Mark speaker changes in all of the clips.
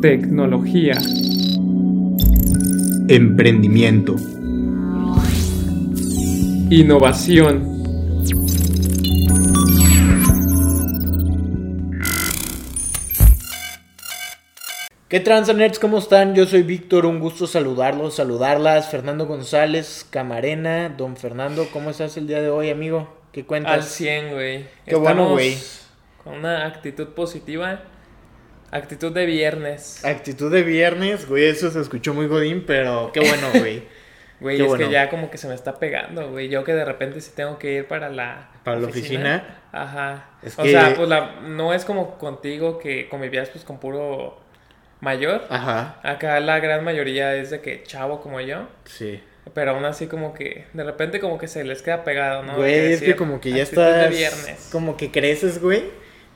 Speaker 1: Tecnología.
Speaker 2: Emprendimiento.
Speaker 1: Innovación.
Speaker 3: ¿Qué transa nerds? ¿Cómo están? Yo soy Víctor, un gusto saludarlos, saludarlas. Fernando González, Camarena, don Fernando, ¿cómo estás el día de hoy, amigo? ¿Qué
Speaker 1: Al
Speaker 3: cuentas?
Speaker 1: 100, güey.
Speaker 3: Qué bueno, güey.
Speaker 1: Con una actitud positiva. Actitud de viernes.
Speaker 3: Actitud de viernes, güey, eso se escuchó muy godín, pero qué bueno, güey.
Speaker 1: Güey,
Speaker 3: qué
Speaker 1: es
Speaker 3: bueno.
Speaker 1: que ya como que se me está pegando, güey. Yo que de repente sí tengo que ir para la.
Speaker 3: Para la oficina.
Speaker 1: Ajá.
Speaker 3: Es
Speaker 1: o
Speaker 3: que-
Speaker 1: sea, pues la, no es como contigo que convivías pues con puro mayor.
Speaker 3: Ajá,
Speaker 1: Acá la gran mayoría es de que chavo como yo.
Speaker 3: sí.
Speaker 1: Pero aún así como que de repente como que se les queda pegado, ¿no?
Speaker 3: Güey,
Speaker 1: De
Speaker 3: es que
Speaker 1: decir,
Speaker 3: como que ya
Speaker 1: actitud de
Speaker 3: estás...
Speaker 1: viernes.
Speaker 3: Como que creces, güey,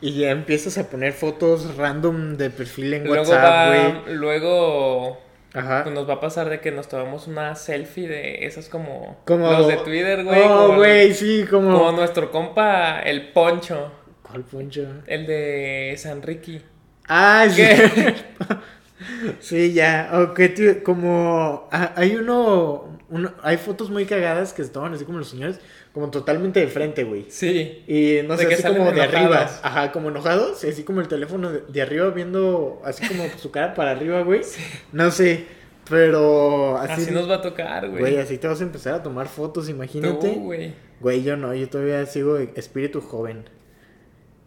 Speaker 3: y ya empiezas a poner fotos random de perfil en
Speaker 1: Luego
Speaker 3: WhatsApp, güey.
Speaker 1: va, luego pues,
Speaker 3: Ajá.
Speaker 1: nos va a pasar de que nos tomamos una selfie de esas como,
Speaker 3: Como...
Speaker 1: los de Twitter, güey.
Speaker 3: Oh,
Speaker 1: como-
Speaker 3: güey, sí, como...
Speaker 1: Como nuestro compa, el Poncho,
Speaker 3: ¿Cuál poncho?
Speaker 1: el de San Ricky.
Speaker 3: Ah, sí.
Speaker 1: ¿Qué?
Speaker 3: sí, ya. O que tú- como ah, hay uno, uno- hay fotos muy cagadas que estaban así como los señores, como totalmente de frente, güey.
Speaker 1: Sí.
Speaker 3: Y no
Speaker 1: De
Speaker 3: sé,
Speaker 1: que
Speaker 3: así
Speaker 1: salen
Speaker 3: como de arriba.
Speaker 1: enojados.
Speaker 3: Ajá, como enojados, y así como el teléfono de, de arriba viendo así como su cara para arriba, güey. No sé, pero así,
Speaker 1: Así, nos va a tocar, güey.
Speaker 3: güey, así te vas a empezar a tomar fotos, imagínate.
Speaker 1: Tú, güey.
Speaker 3: güey, yo no, yo todavía sigo de espíritu joven.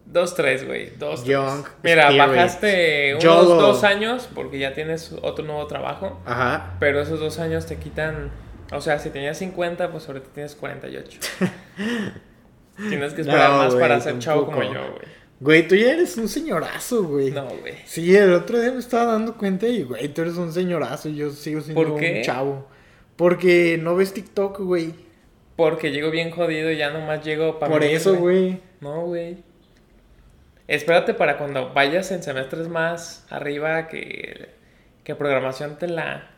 Speaker 1: Dos, tres, güey. Dos, tres.
Speaker 3: Young
Speaker 1: Mira,
Speaker 3: spirit.
Speaker 1: bajaste unos
Speaker 3: YOLO.
Speaker 1: dos años porque ya tienes otro nuevo trabajo.
Speaker 3: Ajá.
Speaker 1: Pero esos dos años te quitan. O sea, si tenías 50, pues ahorita tienes 48. tienes que esperar
Speaker 3: No,
Speaker 1: más
Speaker 3: güey,
Speaker 1: para ser chavo
Speaker 3: tampoco.
Speaker 1: como yo, güey.
Speaker 3: Güey, tú ya eres un señorazo, güey.
Speaker 1: No, güey.
Speaker 3: Sí, el otro día me estaba dando cuenta y, güey, tú eres un señorazo y yo sigo siendo
Speaker 1: ¿Por qué?
Speaker 3: un chavo. Porque no ves TikTok, güey.
Speaker 1: Porque llego bien jodido y ya nomás llego para.
Speaker 3: Por eso, güey.
Speaker 1: No, güey. Espérate para cuando vayas en semestres más arriba que, que programación te la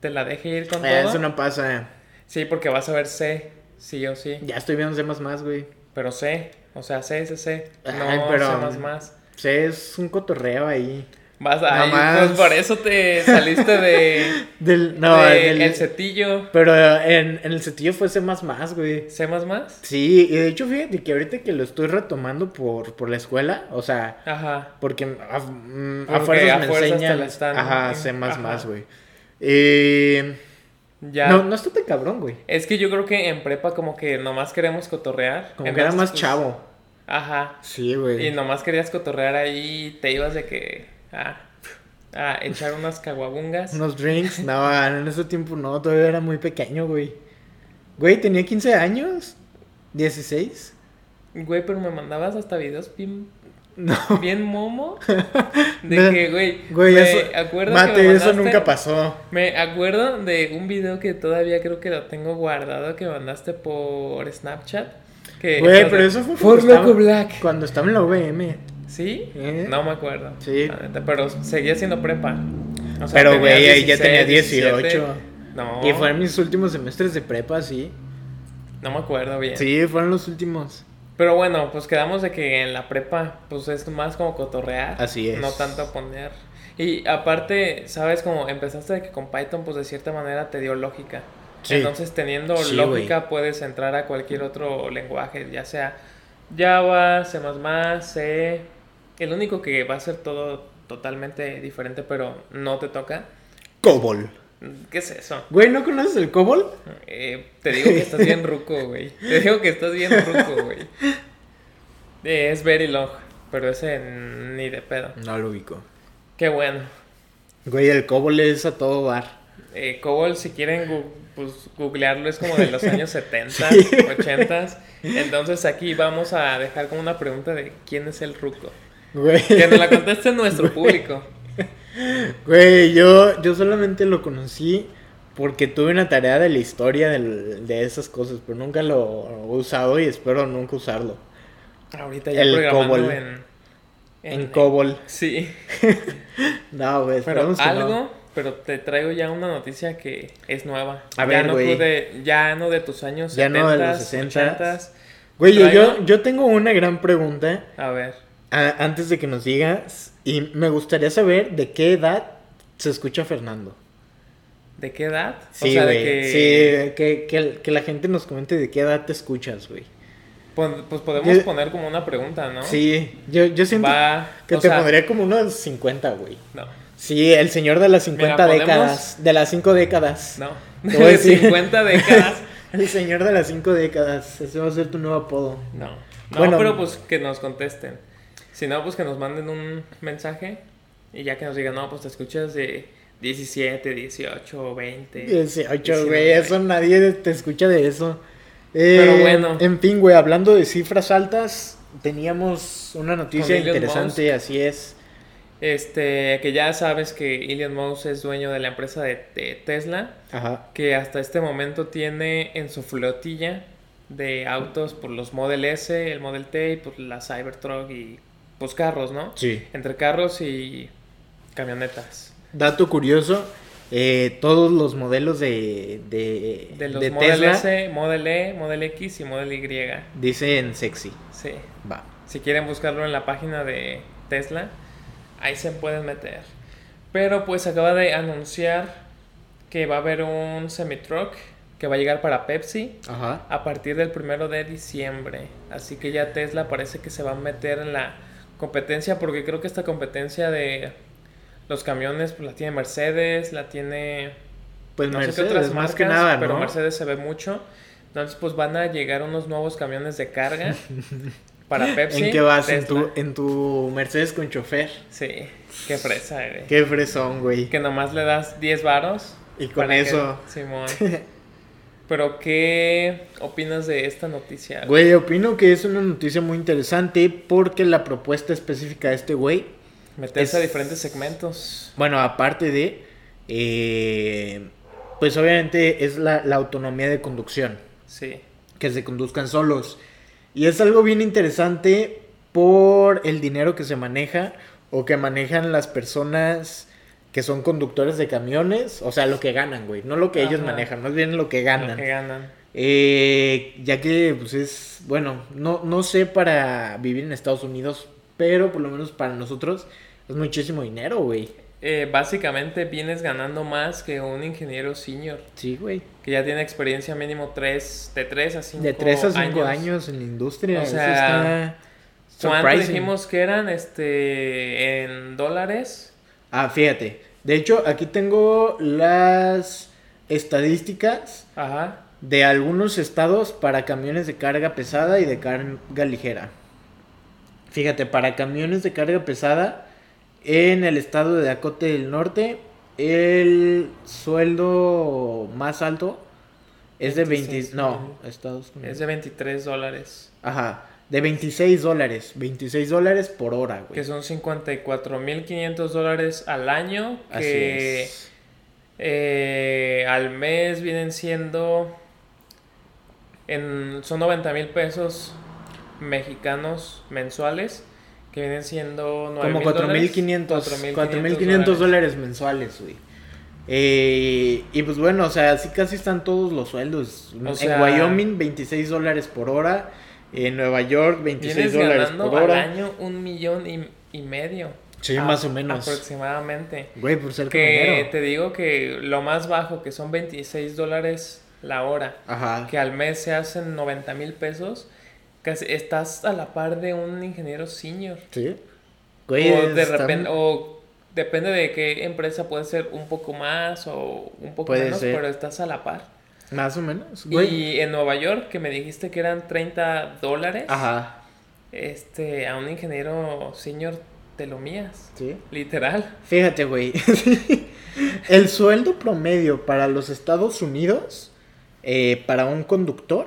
Speaker 1: te la deje ir con
Speaker 3: Eh,
Speaker 1: todo.
Speaker 3: eso no pasa.
Speaker 1: Sí, porque vas a ver C, sí o sí.
Speaker 3: Ya estoy viendo más más, güey.
Speaker 1: Pero C, o sea, C, C, C. No,
Speaker 3: Ay, pero-
Speaker 1: C más más.
Speaker 3: O sea, es un cotorreo ahí.
Speaker 1: Vas
Speaker 3: Nada
Speaker 1: a
Speaker 3: más.
Speaker 1: pues por eso te saliste de,
Speaker 3: Del, no,
Speaker 1: de
Speaker 3: del-
Speaker 1: el setillo.
Speaker 3: Pero en, en el setillo fue ese más más, güey.
Speaker 1: C más más.
Speaker 3: Sí, y de hecho, fíjate que ahorita que lo estoy retomando por, por la escuela, o sea,
Speaker 1: Ajá.
Speaker 3: Porque a, mm, a
Speaker 1: Porque
Speaker 3: fuerzas
Speaker 1: a
Speaker 3: me
Speaker 1: fuerzas te
Speaker 3: enseñan.
Speaker 1: la están-
Speaker 3: Ajá, sé más
Speaker 1: Ajá.
Speaker 3: más, güey. Eh,
Speaker 1: Ya.
Speaker 3: No, no está tan cabrón, güey.
Speaker 1: Es que yo creo que en prepa como que nomás queremos cotorrear.
Speaker 3: Como que era
Speaker 1: entonces,
Speaker 3: más
Speaker 1: pues,
Speaker 3: chavo.
Speaker 1: Ajá.
Speaker 3: Sí,
Speaker 1: Y
Speaker 3: güey.
Speaker 1: nomás querías cotorrear ahí y te ibas de que a, a echar unas caguabungas.
Speaker 3: Unos drinks. No, en ese tiempo no, todavía era muy pequeño, güey. Güey, tenía 15 años. 16.
Speaker 1: Güey, pero me mandabas hasta videos bien,
Speaker 3: No.
Speaker 1: bien momo.
Speaker 3: No,
Speaker 1: De que, güey,
Speaker 3: Güey,
Speaker 1: me
Speaker 3: eso.
Speaker 1: acuerdo que
Speaker 3: Mate,
Speaker 1: me
Speaker 3: eso
Speaker 1: mandaste-
Speaker 3: nunca pasó.
Speaker 1: Me acuerdo de un video que todavía creo que lo tengo guardado que mandaste por Snapchat. Que
Speaker 3: Güey,
Speaker 1: que-
Speaker 3: pero eso fue
Speaker 1: For
Speaker 3: cuando
Speaker 1: Loco
Speaker 3: estaba-
Speaker 1: Black.
Speaker 3: Cuando estaba en la UVM.
Speaker 1: ¿Sí?
Speaker 3: ¿Eh?
Speaker 1: No me acuerdo.
Speaker 3: Sí.
Speaker 1: la neta, pero seguía siendo prepa. O sea,
Speaker 3: Pero,
Speaker 1: tenía
Speaker 3: güey, ahí ya
Speaker 1: 16,
Speaker 3: tenía
Speaker 1: 17.
Speaker 3: 18.
Speaker 1: No,
Speaker 3: Y fueron mis últimos semestres de prepa, sí.
Speaker 1: no me acuerdo bien.
Speaker 3: Sí, fueron los últimos.
Speaker 1: Pero bueno, pues quedamos de que en la prepa, pues es más como cotorrear.
Speaker 3: Así es.
Speaker 1: No tanto poner. Y aparte, ¿sabes? Como empezaste de que con Python, pues de cierta manera te dio lógica.
Speaker 3: Sí.
Speaker 1: Entonces, teniendo
Speaker 3: Sí,
Speaker 1: lógica, puedes entrar a cualquier otro lenguaje, ya sea Java, C, C. El único que va a ser todo totalmente diferente, pero no te toca.
Speaker 3: Cobol.
Speaker 1: ¿Qué es eso?
Speaker 3: Güey, ¿no conoces el Cobol?
Speaker 1: Eh, te digo que estás bien ruco, güey. Te digo que estás bien ruco, güey. Eh, es very long, pero ese ni de pedo.
Speaker 3: No lo ubico.
Speaker 1: Qué bueno.
Speaker 3: Güey, el Cobol es a todo bar.
Speaker 1: Eh, Cobol, si quieren gu- pues, googlearlo, es como de los años 70,
Speaker 3: Sí.
Speaker 1: 80. Entonces aquí vamos a dejar como una pregunta de quién es el ruco.
Speaker 3: Güey,
Speaker 1: Que nos la conteste nuestro público.
Speaker 3: güey yo, yo solamente lo conocí porque tuve una tarea de la historia del- de esas cosas, pero nunca lo he usado y espero nunca usarlo.
Speaker 1: Ahorita ya
Speaker 3: El
Speaker 1: programando
Speaker 3: Cobol.
Speaker 1: en,
Speaker 3: En, Cobol.
Speaker 1: Sí.
Speaker 3: No, güey,
Speaker 1: Pero
Speaker 3: esperamos que
Speaker 1: algo,
Speaker 3: no.
Speaker 1: pero te traigo ya una noticia que es nueva.
Speaker 3: A
Speaker 1: ya
Speaker 3: ver,
Speaker 1: no
Speaker 3: güey.
Speaker 1: de, ya no de tus años
Speaker 3: Ya no de los
Speaker 1: 70s,
Speaker 3: 60s.
Speaker 1: 80s.
Speaker 3: Güey, yo,
Speaker 1: traigo-
Speaker 3: yo tengo una gran pregunta
Speaker 1: A ver,
Speaker 3: a- antes de que nos digas, y me gustaría saber de qué edad se escucha Fernando.
Speaker 1: ¿De qué edad?
Speaker 3: Sí,
Speaker 1: de
Speaker 3: güey.
Speaker 1: que
Speaker 3: Sí, que, que- que la gente nos comente de qué edad te escuchas, güey.
Speaker 1: pon- pues podemos
Speaker 3: Yo-
Speaker 1: poner como una pregunta, ¿no?
Speaker 3: Sí, yo, yo siento
Speaker 1: Va,
Speaker 3: que
Speaker 1: o
Speaker 3: te
Speaker 1: sea,
Speaker 3: pondría como unos 50, güey.
Speaker 1: No,
Speaker 3: Sí, el señor de las 50
Speaker 1: Mira, podemos-
Speaker 3: décadas. De las 5 décadas.
Speaker 1: no.
Speaker 3: Te voy a
Speaker 1: De
Speaker 3: decir.
Speaker 1: 50 décadas.
Speaker 3: El señor de las 5 décadas. Ese va a ser tu nuevo apodo.
Speaker 1: No. No,
Speaker 3: Bueno.
Speaker 1: pero pues que nos contesten. Si no, pues que nos manden un mensaje y ya que nos digan, no, pues te escuchas de 17, 18, 20.
Speaker 3: 18,
Speaker 1: 19.
Speaker 3: güey. Eso nadie te escucha de eso. Eh,
Speaker 1: Pero bueno.
Speaker 3: En fin, güey, hablando de cifras altas, teníamos una noticia
Speaker 1: Con Elon
Speaker 3: interesante, así es.
Speaker 1: Este, que ya sabes que Elon Musk es dueño de la empresa de, de Tesla,
Speaker 3: Ajá.
Speaker 1: que hasta este momento tiene en su flotilla de autos por los Model S, el Model T y pues la Cybertruck y pues carros, ¿no?
Speaker 3: Sí.
Speaker 1: Entre carros y camionetas.
Speaker 3: Dato curioso, eh, todos los modelos de, de,
Speaker 1: De los
Speaker 3: de
Speaker 1: Model
Speaker 3: Tesla
Speaker 1: S, Model E, Model X y Model Y.
Speaker 3: dicen sexy.
Speaker 1: Sí.
Speaker 3: Va.
Speaker 1: Si quieren buscarlo en la página de Tesla, ahí se pueden meter. Pero pues acaba de anunciar que va a haber un semi-truck que va a llegar para Pepsi
Speaker 3: Ajá.
Speaker 1: a partir del primero de diciembre. Así que ya Tesla parece que se va a meter en la competencia porque creo que esta competencia de los camiones pues, la tiene Mercedes, la tiene
Speaker 3: Pues
Speaker 1: no sé
Speaker 3: Mercedes,
Speaker 1: qué otras
Speaker 3: más
Speaker 1: marcas,
Speaker 3: que nada, ¿no?
Speaker 1: pero Mercedes se ve mucho. Entonces pues van a llegar unos nuevos camiones de carga para Pepsi.
Speaker 3: ¿En qué vas? En
Speaker 1: Tesla.
Speaker 3: tu, en tu Mercedes con chofer.
Speaker 1: Sí, qué fresa eres.
Speaker 3: Qué fresón, güey.
Speaker 1: Que nomás le das 10 varos.
Speaker 3: Y con
Speaker 1: para que-
Speaker 3: eso.
Speaker 1: Simón. Pero, ¿qué opinas de esta noticia?
Speaker 3: Güey, opino que es una noticia muy interesante porque la propuesta específica de este güey,
Speaker 1: Meterse a
Speaker 3: es-
Speaker 1: diferentes segmentos.
Speaker 3: bueno, aparte de, eh, pues obviamente es la, la autonomía de conducción,
Speaker 1: Sí.
Speaker 3: que se conduzcan solos. Y es algo bien interesante por el dinero que se maneja o que manejan las personas que son conductores de camiones, o sea, lo que ganan, güey, no lo que ellos
Speaker 1: Ajá.
Speaker 3: manejan, más bien lo que
Speaker 1: Lo
Speaker 3: ganan.
Speaker 1: que ganan.
Speaker 3: Eh, ya que, pues es, bueno, no, no sé para vivir en Estados Unidos, pero por lo menos para nosotros es muchísimo dinero, güey.
Speaker 1: Eh, básicamente vienes ganando más que un ingeniero senior
Speaker 3: Sí, güey.
Speaker 1: que ya tiene experiencia mínimo tres, de 3 a 5
Speaker 3: De 3 a 5 años. en la industria.
Speaker 1: O
Speaker 3: eso
Speaker 1: sea,
Speaker 3: está
Speaker 1: ¿Cuánto
Speaker 3: surprising.
Speaker 1: dijimos que eran este, en dólares?
Speaker 3: Ah, fíjate. De hecho, aquí tengo las estadísticas
Speaker 1: Ajá.
Speaker 3: de algunos estados para camiones de carga pesada y de carga ligera. Fíjate, para camiones de carga pesada, en el estado de Dakota del Norte, el sueldo más alto es de 20...
Speaker 1: 26
Speaker 3: No, Estados Unidos.
Speaker 1: Es de 23 dólares.
Speaker 3: Ajá, de 26 dólares. 26 dólares por hora, güey.
Speaker 1: que son 54.500 dólares al año,
Speaker 3: Así
Speaker 1: que
Speaker 3: es.
Speaker 1: eh, al mes vienen siendo, en, son 90.000 pesos mexicanos mensuales, que vienen siendo
Speaker 3: Como
Speaker 1: 9,000 dólares.
Speaker 3: 4.500
Speaker 1: $4,500
Speaker 3: 4.500 dólares mensuales, güey. Eh, y pues bueno, o sea, así casi están todos los sueldos.
Speaker 1: O
Speaker 3: en
Speaker 1: sea-
Speaker 3: Wyoming, 26 dólares por hora. En Nueva York, 26
Speaker 1: Vienes
Speaker 3: dólares
Speaker 1: ganando
Speaker 3: por
Speaker 1: al
Speaker 3: hora.
Speaker 1: año un millón y, y medio.
Speaker 3: Sí,
Speaker 1: A-
Speaker 3: más o menos.
Speaker 1: Aproximadamente.
Speaker 3: Güey, por ser
Speaker 1: Que
Speaker 3: camionero.
Speaker 1: te digo que lo más bajo, que son 26 dólares la hora.
Speaker 3: Ajá.
Speaker 1: que al mes se hacen 90 mil pesos, casi estás a la par de un ingeniero senior.
Speaker 3: Sí.
Speaker 1: o de
Speaker 3: está-
Speaker 1: repente, o depende de qué empresa puede ser un poco más o un poco
Speaker 3: Puede
Speaker 1: menos,
Speaker 3: ser.
Speaker 1: pero estás a la par.
Speaker 3: Más o menos, güey.
Speaker 1: Y en Nueva York, que me dijiste que eran 30 dólares,
Speaker 3: Ajá.
Speaker 1: este, a un ingeniero senior te lo mías.
Speaker 3: Sí.
Speaker 1: Literal.
Speaker 3: Fíjate, güey. El sueldo promedio para los Estados Unidos, eh, para un conductor,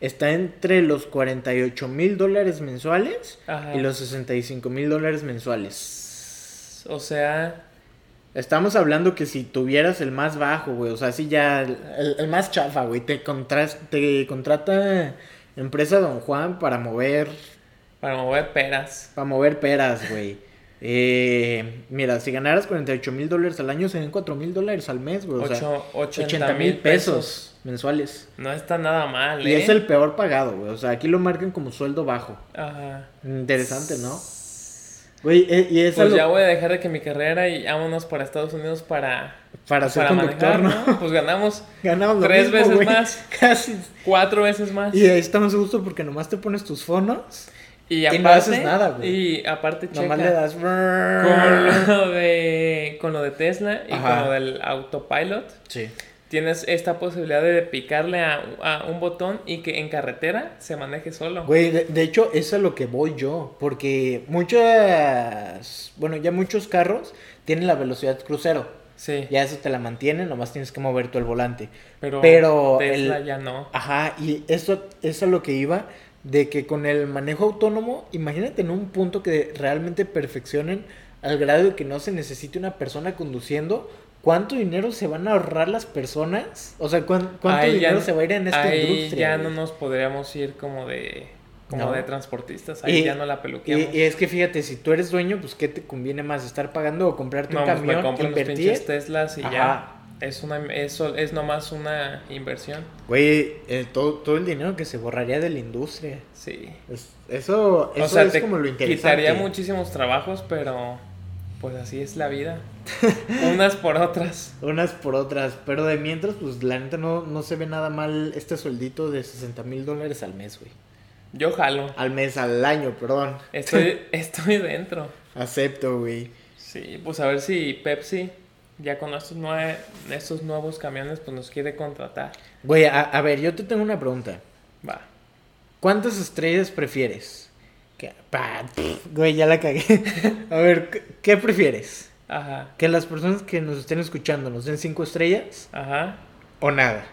Speaker 3: está entre los 48 mil dólares mensuales
Speaker 1: Ajá.
Speaker 3: y los 65 mil dólares mensuales.
Speaker 1: O sea,
Speaker 3: Estamos hablando que si tuvieras el más bajo, güey, o sea, si ya el, el más chafa, güey, te, contras- te contrata empresa Don Juan para mover,
Speaker 1: para mover peras.
Speaker 3: para mover peras, güey. Eh, mira, si ganaras 48 mil dólares al año, serían 4 mil dólares al mes, güey. o sea,
Speaker 1: 80
Speaker 3: 80 mil pesos mensuales.
Speaker 1: No está nada mal,
Speaker 3: Y
Speaker 1: ¿eh?
Speaker 3: es el peor pagado, güey. O sea, aquí lo marcan como sueldo bajo.
Speaker 1: Ajá.
Speaker 3: Interesante, ¿no? Güey, eh, y eso
Speaker 1: Pues ya voy a dejar de que mi carrera y vámonos para Estados Unidos para,
Speaker 3: para ser
Speaker 1: para
Speaker 3: conductor,
Speaker 1: manejar,
Speaker 3: ¿no?
Speaker 1: ¿no? Pues ganamos
Speaker 3: Ganamos lo
Speaker 1: Tres
Speaker 3: mismo,
Speaker 1: veces
Speaker 3: güey.
Speaker 1: más.
Speaker 3: Casi.
Speaker 1: cuatro veces más.
Speaker 3: Y ahí estamos a gusto porque nomás te pones tus fonos,
Speaker 1: Y,
Speaker 3: no
Speaker 1: aparte,
Speaker 3: haces nada, güey.
Speaker 1: Y aparte, checa.
Speaker 3: nomás le das.
Speaker 1: Con lo de, con lo de Tesla y
Speaker 3: Ajá.
Speaker 1: con lo del autopilot,
Speaker 3: Sí.
Speaker 1: tienes esta posibilidad de picarle a, a un botón y que en carretera se maneje solo.
Speaker 3: Güey, de, de hecho, eso es a lo que voy yo. Porque muchas. Bueno, ya muchos carros tienen la velocidad crucero.
Speaker 1: Sí,
Speaker 3: Ya eso te la mantienen, nomás tienes que mover tú el volante.
Speaker 1: pero,
Speaker 3: pero
Speaker 1: Tesla
Speaker 3: el-
Speaker 1: ya no.
Speaker 3: Ajá, y eso, eso es lo que iba, de que con el manejo autónomo, imagínate en un punto que realmente perfeccionen al grado de que no se necesite una persona conduciendo, ¿cuánto dinero se van a ahorrar las personas? O sea, ¿cuán- ¿cuánto
Speaker 1: Ahí ya
Speaker 3: dinero
Speaker 1: no-
Speaker 3: se va a ir en esta
Speaker 1: ahí
Speaker 3: industria?
Speaker 1: ya
Speaker 3: güey?
Speaker 1: no nos podríamos ir como de como
Speaker 3: No.
Speaker 1: de transportistas, ahí
Speaker 3: Y-
Speaker 1: ya no la peluqueamos.
Speaker 3: Y, y es que fíjate, si tú eres dueño, pues ¿qué te conviene más? ¿Estar pagando o comprarte
Speaker 1: no,
Speaker 3: un
Speaker 1: pues me
Speaker 3: camión?
Speaker 1: compro unos
Speaker 3: ¿Invertir?
Speaker 1: pinches Teslas y
Speaker 3: Ajá.
Speaker 1: ya. Es una eso es nomás una inversión.
Speaker 3: Güey, eh, todo, todo el dinero que se borraría de la industria.
Speaker 1: Sí.
Speaker 3: Es- eso eso
Speaker 1: o sea,
Speaker 3: es
Speaker 1: te
Speaker 3: como lo interesante.
Speaker 1: quitaría muchísimos trabajos, pero pues así es la vida. Unas por otras.
Speaker 3: Unas por otras, pero de mientras, pues la neta no, no se ve nada mal este sueldito de 60 mil dólares al mes, güey.
Speaker 1: Yo jalo.
Speaker 3: Al mes, al año, perdón.
Speaker 1: Estoy, estoy dentro.
Speaker 3: Acepto, güey.
Speaker 1: Sí, pues a ver si Pepsi, ya con estos, nue- estos nuevos camiones, pues nos quiere contratar.
Speaker 3: Güey, a, a ver, yo te tengo una pregunta.
Speaker 1: Va.
Speaker 3: ¿Cuántas estrellas prefieres? Que- pa- pf, güey, ya la cagué. A ver, ¿qué- ¿qué prefieres?
Speaker 1: Ajá.
Speaker 3: ¿Que las personas que nos estén escuchando nos den cinco estrellas
Speaker 1: Ajá.
Speaker 3: o nada?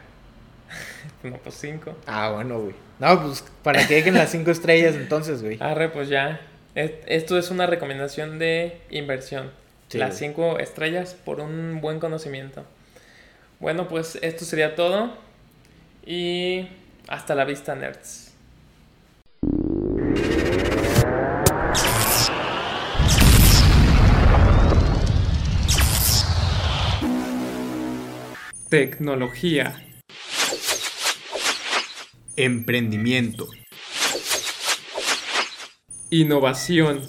Speaker 1: No, pues cinco.
Speaker 3: Ah, bueno, güey. No, pues para que dejen las cinco estrellas entonces, güey.
Speaker 1: Arre, pues ya. Es- Esto es una recomendación de inversión.
Speaker 3: Sí,
Speaker 1: Las
Speaker 3: güey.
Speaker 1: cinco estrellas por un buen conocimiento. Bueno, pues esto sería todo. Y hasta la vista, nerds. Tecnología.
Speaker 3: Emprendimiento.
Speaker 1: Innovación.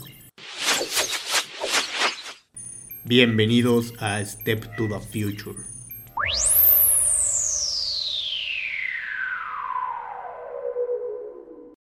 Speaker 3: Bienvenidos a Step to the Future.